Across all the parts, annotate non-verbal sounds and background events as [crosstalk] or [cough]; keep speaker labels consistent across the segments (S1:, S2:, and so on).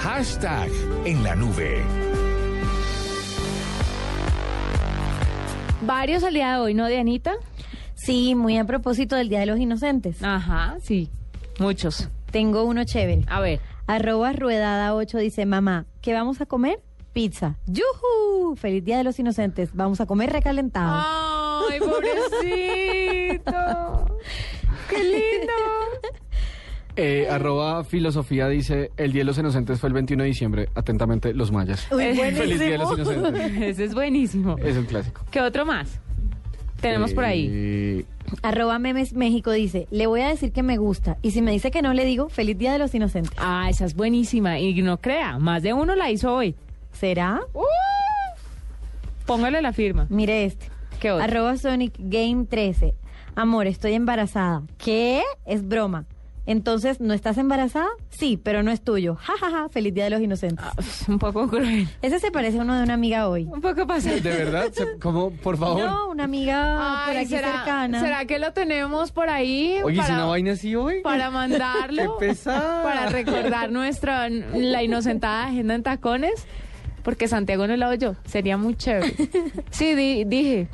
S1: Hashtag en la nube.
S2: Varios al día de hoy, ¿no, Dianita?
S3: Sí, muy a propósito del Día de los Inocentes.
S2: Ajá, sí. Muchos.
S3: Tengo uno chévere.
S2: A ver.
S3: Arroba ruedada 8 dice, mamá, ¿qué vamos a comer? Pizza. ¡Yujú! Feliz Día de los Inocentes. Vamos a comer recalentado.
S2: Ah. ¡Ay, pobrecito! [laughs] ¡Qué lindo!
S4: Eh, arroba filosofía dice, el Día de los Inocentes fue el 21 de diciembre. Atentamente, los mayas.
S2: [laughs]
S3: Uy,
S4: Feliz Día de los
S3: buenísimo.
S4: Inocentes.
S2: Ese es buenísimo.
S4: Es un clásico.
S2: ¿Qué otro más? Tenemos por ahí.
S4: Eh,
S3: Arroba memes México dice, le voy a decir que me gusta. Y si me dice que no, le digo, feliz Día de los Inocentes.
S2: Ah, esa es buenísima. Y no crea, más de uno la hizo hoy.
S3: ¿Será?
S2: Póngale la firma.
S3: Mire este.
S2: ¿Qué otro?
S3: Arroba Sonic Game 13. Amor, estoy embarazada. ¿Qué? Es broma. Entonces, ¿no estás embarazada? Sí, pero no es tuyo. Ja, ja, ja. Feliz Día de los Inocentes.
S2: Ah, pf, un poco cruel.
S3: Ese se parece a uno de una amiga hoy.
S2: Un poco pasado.
S4: ¿De verdad? ¿Se- ¿Cómo? Por favor.
S3: No, una amiga por
S2: Ay,
S3: aquí cercana.
S2: ¿Será que lo tenemos por ahí?
S4: Oye, ¿y si
S2: eh, para-
S4: una vaina así hoy?
S2: para mandarlo,
S4: Qué [laughs] pesada.
S2: para recordar nuestra la inocentada agenda en tacones, porque Santiago no la oyó, sería muy chévere. Sí, di- dije.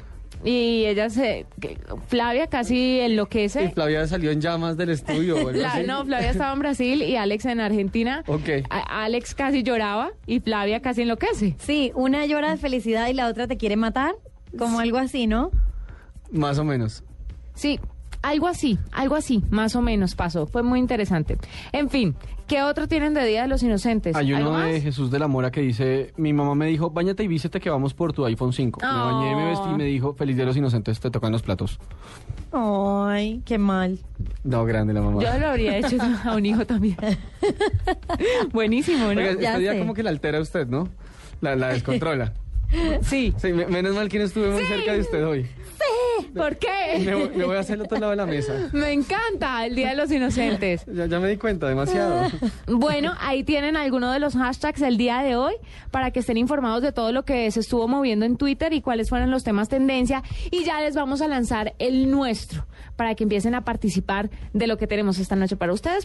S2: Y ella se que- Flavia casi
S4: Y
S2: enloquece.
S4: Flavia salió en llamas del estudio. o algo
S2: La-
S4: así.
S2: no, Flavia estaba en Brasil y Alex en Argentina.
S4: Ok.
S2: A- Alex casi lloraba y Flavia casi enloquece.
S3: Sí, una llora de felicidad y la otra te quiere matar. Como algo así, ¿no?
S4: Más o menos.
S2: Sí, algo así, algo así, más o menos pasó. Fue muy interesante. En fin, ¿qué otro tienen de Día de los Inocentes?
S4: Hay
S2: Pues, ¿Algo
S4: uno
S2: más?
S4: de Jesús de la Mora que dice, mi mamá me dijo, bañate y vístete que vamos por tu iPhone 5. Me
S2: Ah.
S4: bañé, me vestí y me dijo, feliz Día de los Inocentes, te tocan los platos.
S3: Ay, qué mal.
S4: No, grande la mamá.
S2: Yo lo habría hecho [laughs] a un hijo también.
S4: [laughs]
S2: Buenísimo, ¿no?
S4: Oiga,
S3: Ya
S4: esta día
S3: sé.
S4: como que la altera a usted, ¿no? La, la
S2: [laughs]
S4: descontrola.
S2: Sí.
S4: Sí, me- menos mal que no estuve muy
S2: Sí.
S4: cerca de usted hoy.
S2: ¿Por
S4: Me, voy- me
S2: qué?
S4: voy a hacer al otro lado de la mesa.
S2: Me encanta el Día de los Inocentes.
S4: Ya, ya me di cuenta, demasiado.
S2: Bueno, ahí tienen algunos de los hashtags del día de hoy para que estén informados de todo lo que se estuvo moviendo en Twitter y cuáles fueron los temas tendencia. Y ya les vamos a lanzar el nuestro para que empiecen a participar de lo que tenemos esta noche para ustedes.